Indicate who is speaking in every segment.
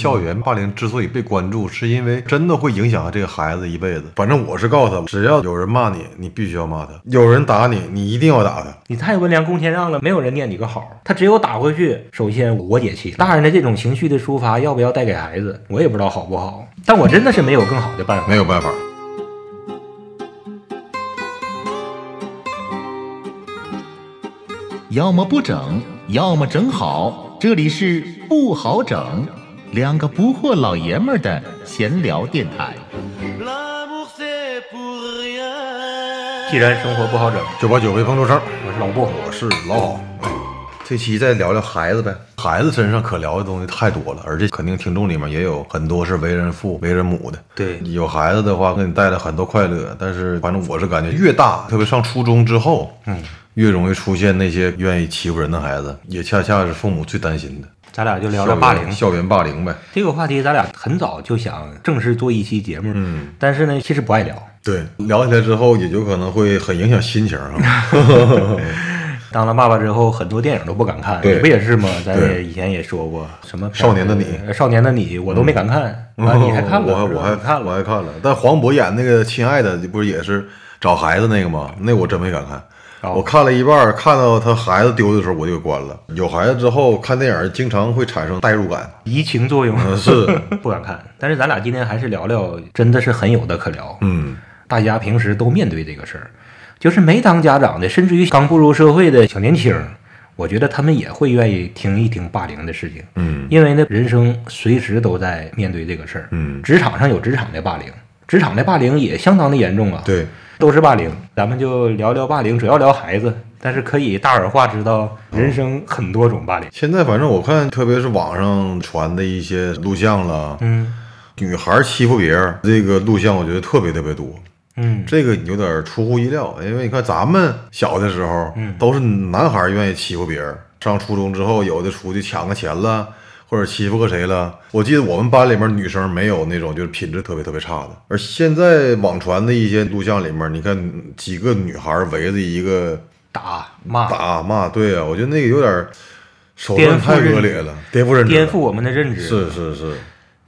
Speaker 1: 校园霸凌之所以被关注，是因为真的会影响这个孩子一辈子。反正我是告诉他，只要有人骂你，你必须要骂他；有人打你，你一定要打他。
Speaker 2: 你太温良恭谦让了，没有人念你个好。他只有打回去，首先我解气。大人的这种情绪的抒发，要不要带给孩子，我也不知道好不好。但我真的是没有更好的办法。
Speaker 1: 没有办法。
Speaker 3: 要么不整，要么整好。这里是不好整，两个不惑老爷们儿的闲聊电台。
Speaker 4: L'amour c'est pour rien.
Speaker 2: 既然生活不好整，
Speaker 1: 九八九微风流声，
Speaker 2: 我是老布，
Speaker 1: 我是老郝。哎这期再聊聊孩子呗，孩子身上可聊的东西太多了，而且肯定听众里面也有很多是为人父、为人母的。
Speaker 2: 对
Speaker 1: 有孩子的话，给你带来很多快乐，但是反正我是感觉越大，特别上初中之后，嗯，越容易出现那些愿意欺负人的孩子，也恰恰是父母最担心的。
Speaker 2: 咱俩就聊聊霸凌。
Speaker 1: 校园霸凌呗。
Speaker 2: 这个话题，咱俩很早就想正式做一期节目，
Speaker 1: 嗯，
Speaker 2: 但是呢，其实不爱聊。
Speaker 1: 对，聊起来之后，也就可能会很影响心情啊。
Speaker 2: 当了爸爸之后，很多电影都不敢看，
Speaker 1: 对
Speaker 2: 你不也是吗？咱也
Speaker 1: 对
Speaker 2: 以前也说过什么《
Speaker 1: 少年的你》嗯
Speaker 2: 《少年的你》，我都没敢看， 啊，你还看了？
Speaker 1: 我还
Speaker 2: 是
Speaker 1: 我
Speaker 2: 吧
Speaker 1: 还
Speaker 2: 你看
Speaker 1: 我
Speaker 2: 了。
Speaker 1: 还看了。但黄渤演那个《亲爱的》，不是也是找孩子那个吗？那我真没敢看。
Speaker 2: 哦
Speaker 1: 我看了一半儿，看到他孩子丢的时候，我就给关了。有孩子之后，看电影经常会产生代入感。
Speaker 2: 移情 作用
Speaker 1: 嗯，是，
Speaker 2: 不敢看。但是咱俩今天还是聊聊，真的是很有的可聊。
Speaker 1: 嗯，
Speaker 2: 大家平时都面对这个事儿，就是没当家长的，甚至于刚步入社会的小年轻儿，我觉得他们也会愿意听一听霸凌的事情。
Speaker 1: 嗯，
Speaker 2: 因为呢，人生随时都在面对这个事儿。
Speaker 1: 嗯
Speaker 2: 职场上有职场的霸凌，职场的霸凌也相当的严重啊。，
Speaker 1: 对，
Speaker 2: 都是霸凌。咱们就聊聊霸凌，主要聊孩子，但是可以大而化之到人生很多种霸凌。
Speaker 1: 现在反正我看，特别是网上传的一些录像了，
Speaker 2: 嗯
Speaker 1: 女孩欺负别人这个录像，我觉得特别特别多。
Speaker 2: 嗯，
Speaker 1: 这个有点出乎意料，因为你看咱们小的时候，
Speaker 2: 嗯
Speaker 1: 都是男孩愿意欺负别人。上初中之后，有的出去抢个钱了，或者欺负个谁了。我记得我们班里面女生没有那种就是品质特别特别差的，而现在网传的一些录像里面，你看几个女孩围着一个
Speaker 2: 打骂
Speaker 1: 打骂，对啊，我觉得那个有点手
Speaker 2: 颠
Speaker 1: 段
Speaker 2: 覆
Speaker 1: 太
Speaker 2: 认
Speaker 1: 恶劣了，颠覆认知了，
Speaker 2: 颠覆我们的认知。
Speaker 1: 是是是，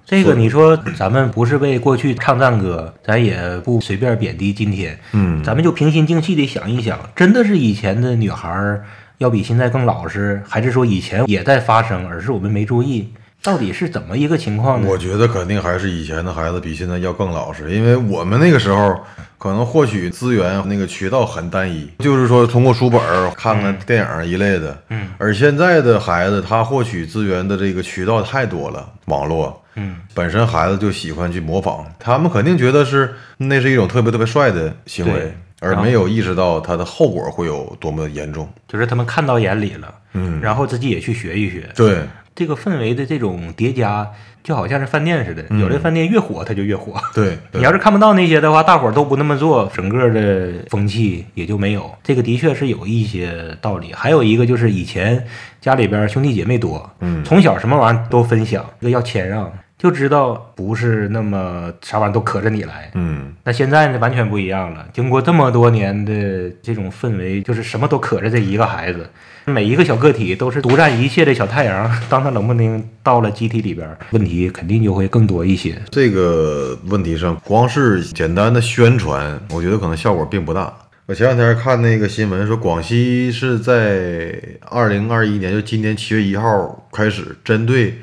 Speaker 2: 这个，你说咱们不是为过去唱赞歌，咱也不随便贬低今天，
Speaker 1: 嗯，
Speaker 2: 咱们就平心静气的想一想，真的是以前的女孩儿要比现在更老实，还是说以前也在发生，而是我们没注意？到底是怎么一个情况呢？
Speaker 1: 我觉得肯定还是以前的孩子比现在要更老实，因为我们那个时候可能获取资源那个渠道很单一，就是说通过书本儿、看看电影儿一类的。
Speaker 2: 嗯，
Speaker 1: 而现在的孩子，他获取资源的这个渠道太多了，网络。
Speaker 2: 嗯，
Speaker 1: 本身孩子就喜欢去模仿，他们肯定觉得是那是一种特别特别帅的行为
Speaker 2: 对，
Speaker 1: 而没有意识到它的后果会有多么严重。
Speaker 2: 就是他们看到眼里了，
Speaker 1: 嗯，
Speaker 2: 然后自己也去学一学，
Speaker 1: 对，
Speaker 2: 这个氛围的这种叠加，就好像是饭店似的，
Speaker 1: 嗯
Speaker 2: 有的饭店越火它就越火。
Speaker 1: 对，对
Speaker 2: 你要是看不到那些的话，大伙儿都不那么做，整个的风气也就没有。这个的确是有一些道理。还有一个就是以前家里边兄弟姐妹多，
Speaker 1: 嗯
Speaker 2: 从小什么玩意儿都分享，这个要谦让，就知道不是那么啥玩意儿都可着你来。
Speaker 1: 嗯，
Speaker 2: 那现在呢，完全不一样了。经过这么多年的这种氛围，就是什么都可着这一个孩子，每一个小个体都是独占一切的小太阳。当他冷不丁到了集体里边儿，问题肯定就会更多一些。
Speaker 1: 这个问题上，光是简单的宣传，我觉得可能效果并不大。我前两天看那个新闻说，广西是在二零二一年，就今年七月一号开始，针对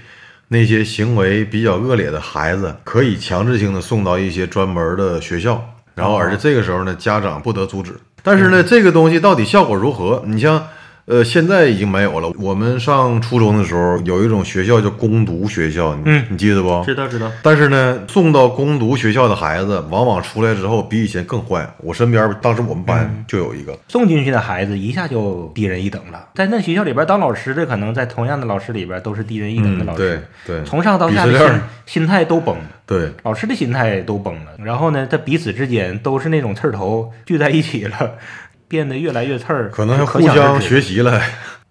Speaker 1: 那些行为比较恶劣的孩子，可以强制性的送到一些专门的学校，然后而且这个时候呢，家长不得阻止。但是呢，这个东西到底效果如何？你像。呃，现在已经没有了。我们上初中的时候，有一种学校叫攻读学校，你、
Speaker 2: 嗯
Speaker 1: 你记得不？
Speaker 2: 道，知道。
Speaker 1: 但是呢，送到攻读学校的孩子，往往出来之后比以前更坏。我身边当时我们班就有一个，
Speaker 2: 送进去的孩子一下就低人一等了，在那学校里边当老师的，可能在同样的老师里边都是低人一等的老
Speaker 1: 嗯对
Speaker 2: 师，
Speaker 1: 对
Speaker 2: 从上到下
Speaker 1: 鄙视
Speaker 2: 的
Speaker 1: 链
Speaker 2: 心
Speaker 1: 儿
Speaker 2: 心态都崩，
Speaker 1: 对，
Speaker 2: 老师的心态都崩了。然后呢，他彼此之间都是那种刺儿头聚在一起了， 变得越来越刺儿，
Speaker 1: 可能还
Speaker 2: 就
Speaker 1: 互
Speaker 2: 想而
Speaker 1: 相
Speaker 2: 知
Speaker 1: 学习了。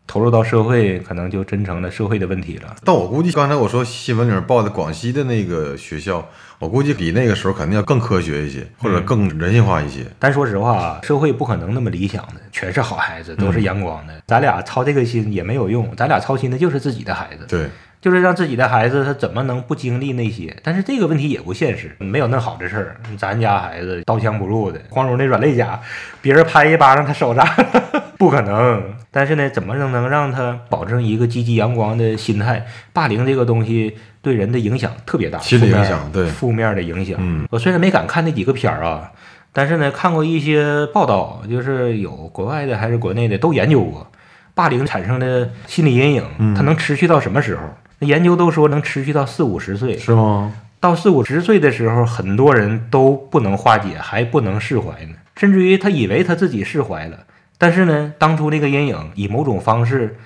Speaker 2: 投入到社会，可能就真成了社会的问题了。
Speaker 1: 但我估计刚才我说新闻里面报的广西的那个学校，我估计比那个时候肯定要更科学一些，或者更人性化一些。
Speaker 2: 但说实话啊，社会不可能那么理想的，全是
Speaker 1: 嗯
Speaker 2: 好孩子，都是阳光的。咱俩操这个心也没有用，咱俩操心的就是自己的孩子。
Speaker 1: 对，
Speaker 2: 就是让自己的孩子他怎么能不经历那些？但是这个问题也不现实，没有那好的事儿。咱家孩子刀枪不入的，光荣那软肋甲，别人拍一巴掌他手扎， 不可能。但是呢，怎么能能让他保证一个积极阳光的心态？霸凌这个东西对人的影响特别大，
Speaker 1: 心理
Speaker 2: 负面
Speaker 1: 影响对
Speaker 2: 负面的影响。
Speaker 1: 嗯，
Speaker 2: 我虽然没敢看那几个片儿啊，但是呢，看过一些报道，就是有国外的还是国内的都研究过，霸凌产生的心理阴影，它能持续到什么时候？那研究都说能持续到四五十岁，
Speaker 1: 是吗？
Speaker 2: 到四五十岁的时候，很多人都不能化解，还不能释怀呢，甚至于他以为他自己释怀了，但是呢，当初那个阴影以某种方式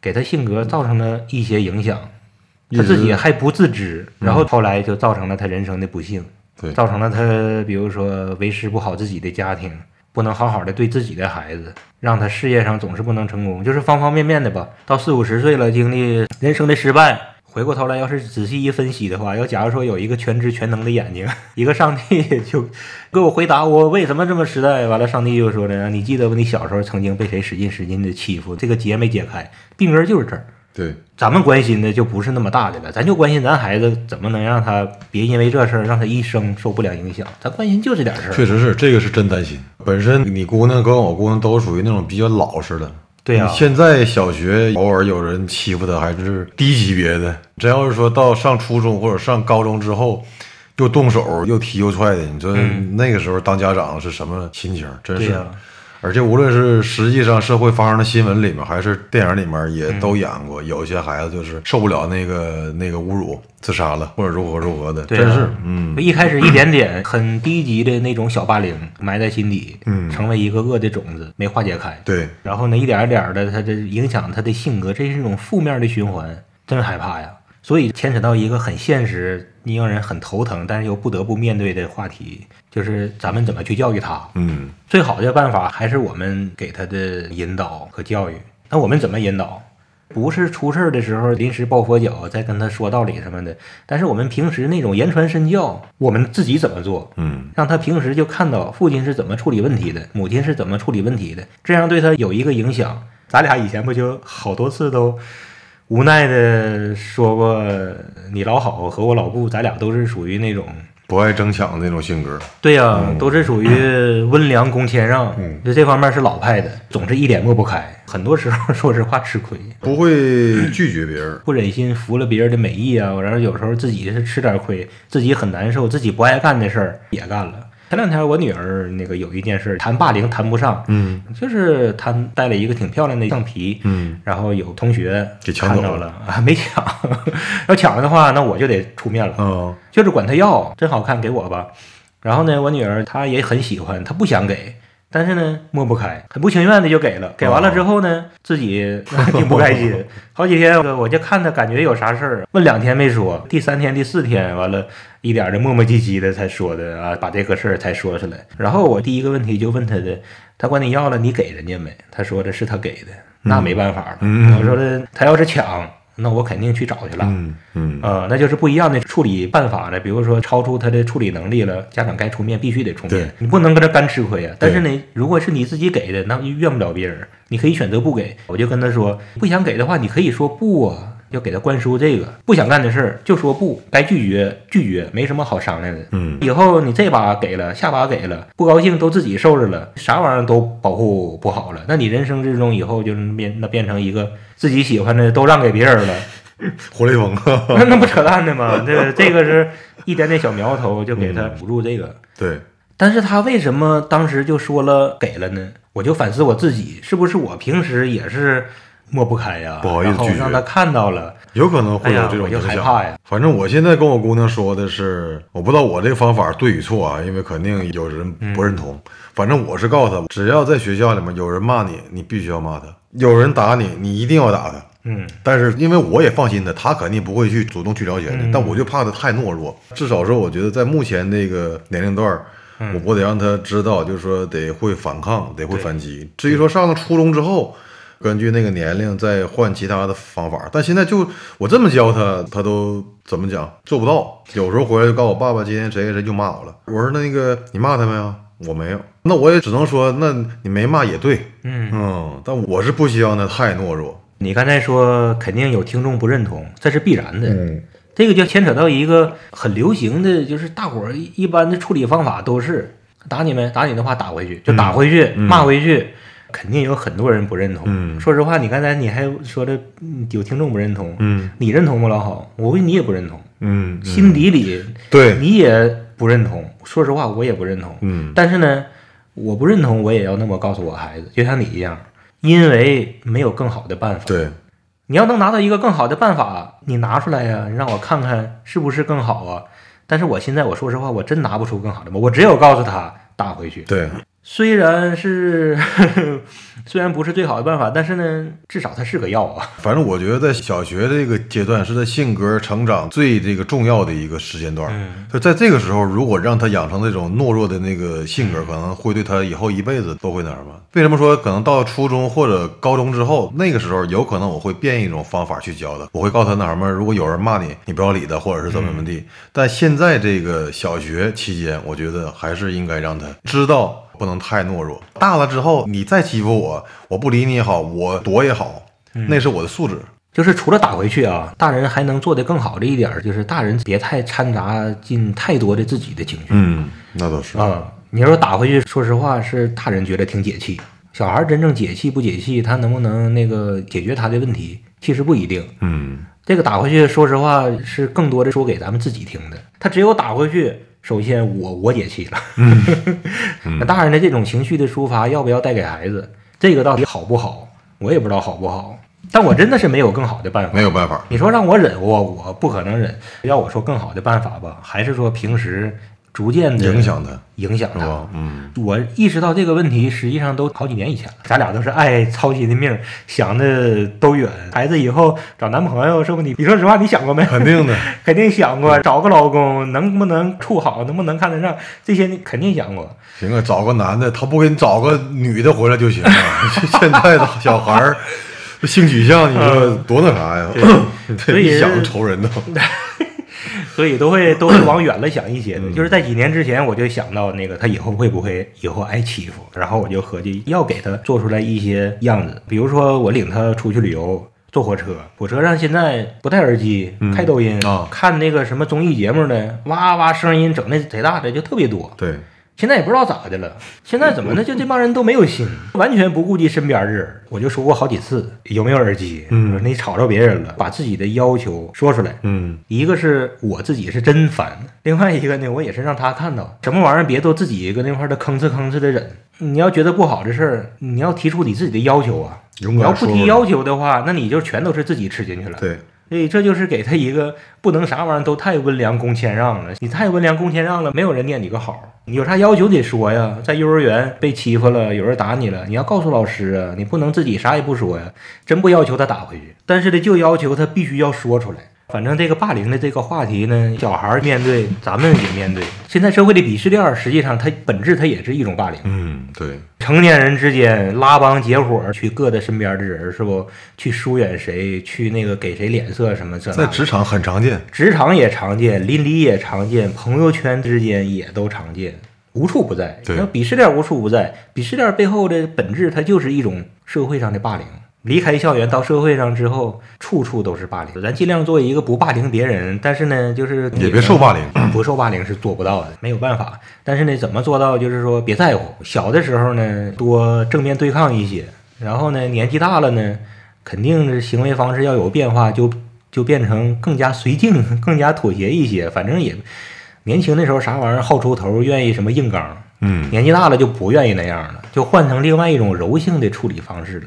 Speaker 2: 给他性格造成了一些影响，
Speaker 1: 一
Speaker 2: 他自己
Speaker 1: 直嗯
Speaker 2: 还不自知，然后后来就造成了他人生的不幸，
Speaker 1: 对
Speaker 2: 造成了他比如说维持不好自己的家庭，不能好好的对自己的孩子，让他事业上总是不能成功，就是方方面面的吧。到四五十岁了，经历人生的失败。回过头来，要是仔细一分析的话，要假如说有一个全知全能的眼睛， 一个上帝就给我回答我为什么这么失败。完了，上帝就说了，你记得不？你小时候曾经被谁使劲使劲的欺负，这个结没解开，病根儿就是这儿。
Speaker 1: 对，
Speaker 2: 咱们关心的就不是那么大的了，咱就关心咱孩子怎么能让他别因为这事儿让他一生受不良影响。咱关心就这点事
Speaker 1: 确
Speaker 2: 儿，
Speaker 1: 实是这个是真担心。本身你姑娘跟我姑娘都属于那种比较老实的。
Speaker 2: 对啊呀、
Speaker 1: 你现在小学偶尔有人欺负她，还是低级别的。真要是说到上初中或者上高中之后，又动手又踢又踹的，你说那个时候当家长是什么心情？真
Speaker 2: 嗯对啊
Speaker 1: 是。
Speaker 2: 呀
Speaker 1: 而且无论是实际上社会发生的新闻里面，还是电影里面，
Speaker 2: 嗯
Speaker 1: 也都演过，有一些孩子就是受不了那个那个侮辱，自杀了或者如何如何的，
Speaker 2: 对
Speaker 1: 真
Speaker 2: 啊
Speaker 1: 是，嗯，
Speaker 2: 一开始一点点很低级的那种小霸凌埋在心底，
Speaker 1: 嗯
Speaker 2: 成为一个恶的种子，没化解开。
Speaker 1: 对，
Speaker 2: 然后呢，一点儿一点儿的，他这影响他的性格，这是一种负面的循环，真害怕呀。所以牵扯到一个很现实、你让人很头疼，但是又不得不面对的话题，就是咱们怎么去教育他。
Speaker 1: 嗯，
Speaker 2: 最好的办法还是我们给他的引导和教育。那我们怎么引导？不是出事儿的时候临时抱佛脚，再跟他说道理什么的。但是我们平时那种言传身教，我们自己怎么做？
Speaker 1: 嗯，
Speaker 2: 让他平时就看到父亲是怎么处理问题的，母亲是怎么处理问题的，这样对他有一个影响。咱俩以前不就好多次都无奈的说过，你老好和我老不，咱俩都是属于那种
Speaker 1: 不爱争抢的那种性格，
Speaker 2: 对呀、都是属 于温良恭谦让，就这方面是老派的，嗯总是一脸抹不开，很多时候 说实话吃亏，
Speaker 1: 不会拒绝别人，
Speaker 2: 不忍心服了别人的美意啊，然后有时候自己是吃点亏，自己很难受，自己不爱干的事儿也干了。前两天我女儿那个有一件事，谈霸凌谈不上，
Speaker 1: 嗯
Speaker 2: 就是她带了一个挺漂亮的橡皮，
Speaker 1: 嗯，
Speaker 2: 然后有同学
Speaker 1: 给抢走
Speaker 2: 看到了啊，没抢， 要抢了的话，那我就得出面了，
Speaker 1: 啊，
Speaker 2: 就是管他要，真好看给我吧。然后呢，我女儿她也很喜欢，她不想给，但是呢抹不开，很不情愿的就给了。给完了之后呢，自 己挺不开心，好几天我就看她感觉有啥事儿，问两天没说，第三天、第四天完了，一点儿的磨磨唧唧的才说的啊，把这个事儿才说出来。然后我第一个问题就问她的，她管你要了，你给人家没？她说的是她给的，那没办法了。
Speaker 1: 嗯
Speaker 2: 我说的，她要是抢，那我肯定去找去了。
Speaker 1: 嗯嗯，
Speaker 2: 呃，那就是不一样的处理办法了。比如说，超出他的处理能力了，家长该出面必须得出
Speaker 1: 对
Speaker 2: 面，你不能跟他干吃亏啊。但是呢，如果是你自己给的，那怨不了别人，你可以选择不给。我就跟他说，不想给的话，你可以说不啊，要给他灌输这个不想干的事儿就说不，该拒绝拒绝，没什么好商量的。
Speaker 1: 嗯
Speaker 2: 以后你这把给了，下把给了，不高兴都自己受着了，啥玩意儿都保护不好了，那你人生之中以后就是变那变成一个自己喜欢的都让给别人了。
Speaker 1: 活雷锋，哈哈
Speaker 2: 那那不扯淡的吗？这个这个是一点点小苗头就给他补助这个，
Speaker 1: 对，
Speaker 2: 但是他为什么当时就说了给了呢？我就反思我自己，是不是我平时也是抹不开呀、
Speaker 1: 不好意思
Speaker 2: 然后
Speaker 1: 拒绝
Speaker 2: 让他看到了，
Speaker 1: 有可能
Speaker 2: 哎
Speaker 1: 会有
Speaker 2: 呀，
Speaker 1: 这种
Speaker 2: 我就
Speaker 1: 影
Speaker 2: 害
Speaker 1: 响。
Speaker 2: 怕呀。
Speaker 1: 反正我现在跟我姑娘说的是，我不知道我这个方法对与错啊，因为肯定有人
Speaker 2: 嗯
Speaker 1: 不认同。反正我是告诉她，只要在学校里面有人骂你，你必须要骂他；有人打你，你一定要打他。
Speaker 2: 嗯，
Speaker 1: 但是因为我也放心他，他肯定不会去主动去了解的。但我就怕他太懦弱，至少说我觉得在目前这个年龄段儿，我我得让他知道，就是说得会反抗，得会反击。至于说上了初中之后。根据那个年龄再换其他的方法，但现在就我这么教他，他都怎么讲做不到。有时候回来就告诉我爸爸，今天谁谁谁就骂我了。我说那个你骂他没有？我没有。那我也只能说，那你没骂也对。嗯但我是不希望他太懦弱。
Speaker 2: 你刚才说肯定有听众不认同，这是必然的。
Speaker 1: 嗯，
Speaker 2: 这个就牵扯到一个很流行的，就是大伙儿一般的处理方法都是打你们，打你的话打回去，就打回去，骂回去。肯定有很多人不认同。
Speaker 1: 嗯
Speaker 2: 说实话，你刚才你还说的嗯有听众不认同，
Speaker 1: 嗯
Speaker 2: 你认同不老好，我估计你也不认同，
Speaker 1: 嗯，嗯
Speaker 2: 心底里
Speaker 1: 对，
Speaker 2: 你也不认同。说实话，我也不认同。
Speaker 1: 嗯
Speaker 2: 但是呢，我不认同，我也要那么告诉我孩子，就像你一样，因为没有更好的办法。
Speaker 1: 对，
Speaker 2: 你要能拿到一个更好的办法，你拿出来呀、你让我看看是不是更好啊。但是我现在我说实话，我真拿不出更好的嘛，我只有告诉他打回去。
Speaker 1: 对，
Speaker 2: 虽然是 虽然不是最好的办法，但是呢，至少它是个药啊。
Speaker 1: 反正我觉得在小学这个阶段是他性格成长最这个重要的一个时间段。
Speaker 2: 嗯，
Speaker 1: 就在这个时候，如果让他养成那种懦弱的那个性格，可能会对他以后一辈子都会那什么。为什么说可能到初中或者高中之后，那个时候有可能我会变一种方法去教他，我会告诉他那什么，如果有人骂你，你不要理他，或者是怎么怎么地。但现在这个小学期间，我觉得还是应该让他知道不能太懦弱。大了之后，你再欺负我，我不理你也好，我躲也好，那是我的素质。
Speaker 2: 就是除了打回去啊，大人还能做得更好的一点儿，就是大人别太掺杂进太多的自己的情绪。
Speaker 1: 嗯，那倒是。
Speaker 2: 啊、你要说打回去，说实话是大人觉得挺解气，小孩儿真正解气不解气，他能不能那个解决他的问题，其实不一定。
Speaker 1: 嗯
Speaker 2: 这个打回去，说实话是更多的说给咱们自己听的。他只有打回去，首先我我解气了。
Speaker 1: 嗯
Speaker 2: 那大人的这种情绪的抒发，要不要带给孩子？这个到底好不好？我也不知道好不好，但我真的是没有更好的办法
Speaker 1: 没。有办法。
Speaker 2: 你说让我忍，我我不可能忍。要我说更好的办法吧，还是说平时逐渐的
Speaker 1: 影响他，
Speaker 2: 影响
Speaker 1: 是
Speaker 2: 他
Speaker 1: 吧？嗯，
Speaker 2: 我意识到这个问题，实际上都好几年以前了。咱俩都是爱操心的命儿，想的都远。孩子以后找男朋友是问题，你说实话，你想过没？
Speaker 1: 肯定的。
Speaker 2: 肯定想过，找个老公能不能处好，能不能看得上，这些你肯定想过。
Speaker 1: 行啊，找个男的，他不给你找个女的回来就行了。 现在的小孩儿这性取向，你说多那啥呀？
Speaker 2: 嗯 所
Speaker 1: 这
Speaker 2: 以
Speaker 1: 一想愁人呢。
Speaker 2: 所以都会都会往远了想一些
Speaker 1: 嗯
Speaker 2: 的。就是在几年之前，我就想到那个他以后会不会以后挨欺负，然后我就合计要给他做出来一些样子，比如说我领他出去旅游。坐火车，火车上现在不戴耳机，
Speaker 1: 嗯
Speaker 2: 开抖音、
Speaker 1: 啊
Speaker 2: 看那个什么综艺节目的，哇哇声音整的贼大的就特别多。
Speaker 1: 对，
Speaker 2: 现在也不知道咋的了，现在怎么的，就这帮人都没有心，完全不顾及身边的人。我就说过好几次，有没有耳机？
Speaker 1: 嗯
Speaker 2: 我说你吵着别人了，把自己的要求说出来，
Speaker 1: 嗯，
Speaker 2: 一个是我自己是真烦，另外一个呢，我也是让他看到什么玩意儿，别都自己搁那块儿的吭哧吭哧的忍。你要觉得不好的事儿，你要提出你自己的要求啊。
Speaker 1: 勇
Speaker 2: 你要
Speaker 1: 敢
Speaker 2: 不
Speaker 1: 说。
Speaker 2: 提要求的话，那你就全都是自己吃进去了。
Speaker 1: 对，
Speaker 2: 所以这就是给他一个不能啥玩意儿都太温良恭谦让了，你太温良恭谦让了，没有人念你个好。你有啥要求得说呀，在幼儿园被欺负了，有人打你了，你要告诉老师啊，你不能自己啥也不说呀。真不要求他打回去，但是呢，就要求他必须要说出来。反正这个霸凌的这个话题呢，小孩儿面对，咱们也面对。现在社会的鄙视链儿，实际上它本质它也是一种霸凌。
Speaker 1: 嗯，对，
Speaker 2: 成年人之间拉帮结伙儿去硌他身边的人，是不？去疏远谁，去那个给谁脸色什么这那
Speaker 1: 在
Speaker 2: 的。
Speaker 1: 职场很常见。
Speaker 2: 职场也常见，邻里也常见，朋友圈之间也都常见，无处不在。
Speaker 1: 对
Speaker 2: 那鄙视链无处不在，鄙视链背后的本质，它就是一种社会上的霸凌。离开校园到社会上之后，处处都是霸凌。咱尽量做一个不霸凌别人，但是呢，就是
Speaker 1: 也别受霸凌，
Speaker 2: 不受霸凌是做不到的，没有办法。但是呢，怎么做到？就是说别在乎。小的时候呢，多正面对抗一些，然后呢，年纪大了呢，肯定是行为方式要有变化，就就变成更加随性、更加妥协一些。反正也年轻的时候啥玩意儿好出头，愿意什么硬刚，
Speaker 1: 嗯，
Speaker 2: 年纪大了就不愿意那样了，就换成另外一种柔性的处理方式了。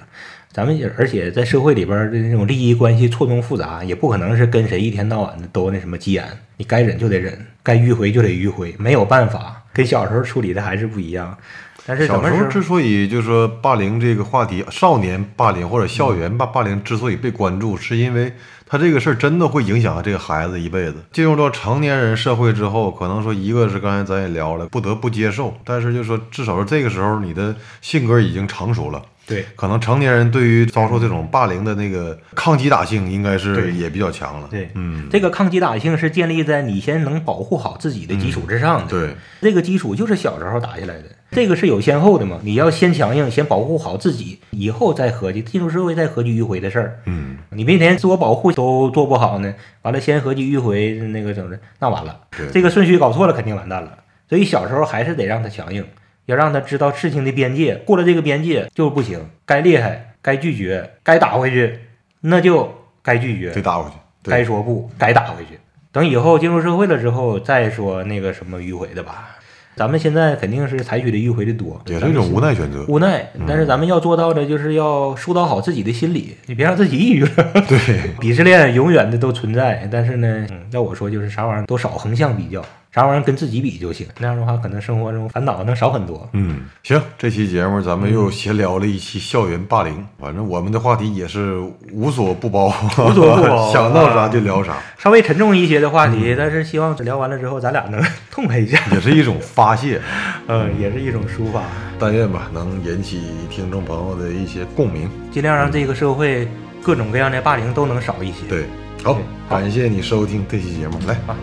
Speaker 2: 咱们也而且在社会里边儿的那种利益关系错综复杂，也不可能是跟谁一天到晚的都那什么急眼，你该忍就得忍，该迂回就得迂回，没有办法，跟小时候处理的还是不一样。但是什
Speaker 1: 小
Speaker 2: 哎么
Speaker 1: 时候
Speaker 2: 时
Speaker 1: 之
Speaker 2: 候
Speaker 1: 所以就是说霸凌这个话题，少年霸凌或者校
Speaker 2: 嗯
Speaker 1: 园霸霸凌之所以被关注，是因为他这个事儿真的会影响这个孩子一辈子。进入到成年人社会之后，可能说一个是刚才咱也聊了，不得不接受，但是就说至少是这个时候你的性格已经成熟了。
Speaker 2: 对，
Speaker 1: 可能成年人对于遭受这种霸凌的那个抗击打性，应该是
Speaker 2: 对
Speaker 1: 也比较强了。
Speaker 2: 对，
Speaker 1: 嗯，
Speaker 2: 这个抗击打性是建立在你先能保护好自己的基础之上的。
Speaker 1: 嗯对，
Speaker 2: 这个基础就是小时候打下来的，这个是有先后的嘛。你要先强硬，先保护好自己，以后再合计进入社会再合计迂回的事儿。
Speaker 1: 嗯，
Speaker 2: 你别连自我保护都做不好呢，完了先合计迂回那个整的，那完了
Speaker 1: 对，
Speaker 2: 这个顺序搞错了肯定完蛋了。所以小时候还是得让他强硬，要让他知道事情的边界，过了这个边界就不行，该厉害，该拒绝，该打回去，那就该拒绝
Speaker 1: 得，打回去。
Speaker 2: 该
Speaker 1: 对，
Speaker 2: 说不，该打回去。等以后进入社会了之后，再说那个什么迂回的吧。咱们现在肯定是采取的迂回的多，
Speaker 1: 也是一种无奈嗯选择。
Speaker 2: 无奈，但是咱们要做到的就是要疏导好自己的心理，你别让自己抑郁了。
Speaker 1: 对，
Speaker 2: 鄙视链永远的都存在，但是呢，嗯要我说就是啥玩意儿都少横向比较，啥玩意儿跟自己比就行。那样的话，可能生活中烦恼能少很多。
Speaker 1: 嗯，行，这期节目咱们
Speaker 2: 嗯
Speaker 1: 又闲聊了一期校园霸凌，反正我们的话题也是无所不包，无
Speaker 2: 所不包 啊
Speaker 1: 想到啥就聊啥，
Speaker 2: 稍微沉重一些的话题，但是希望聊完了之后，咱俩能痛快一下，
Speaker 1: 也是一种发泄。
Speaker 2: 嗯，也是一种抒发，
Speaker 1: 但愿吧，能引起听众朋友的一些共鸣。
Speaker 2: 尽量让这个社会各种各样的霸凌都能少一些。
Speaker 1: 对，好
Speaker 2: 嗯对，好
Speaker 1: 感谢你收听这期节目，来，
Speaker 2: 啊，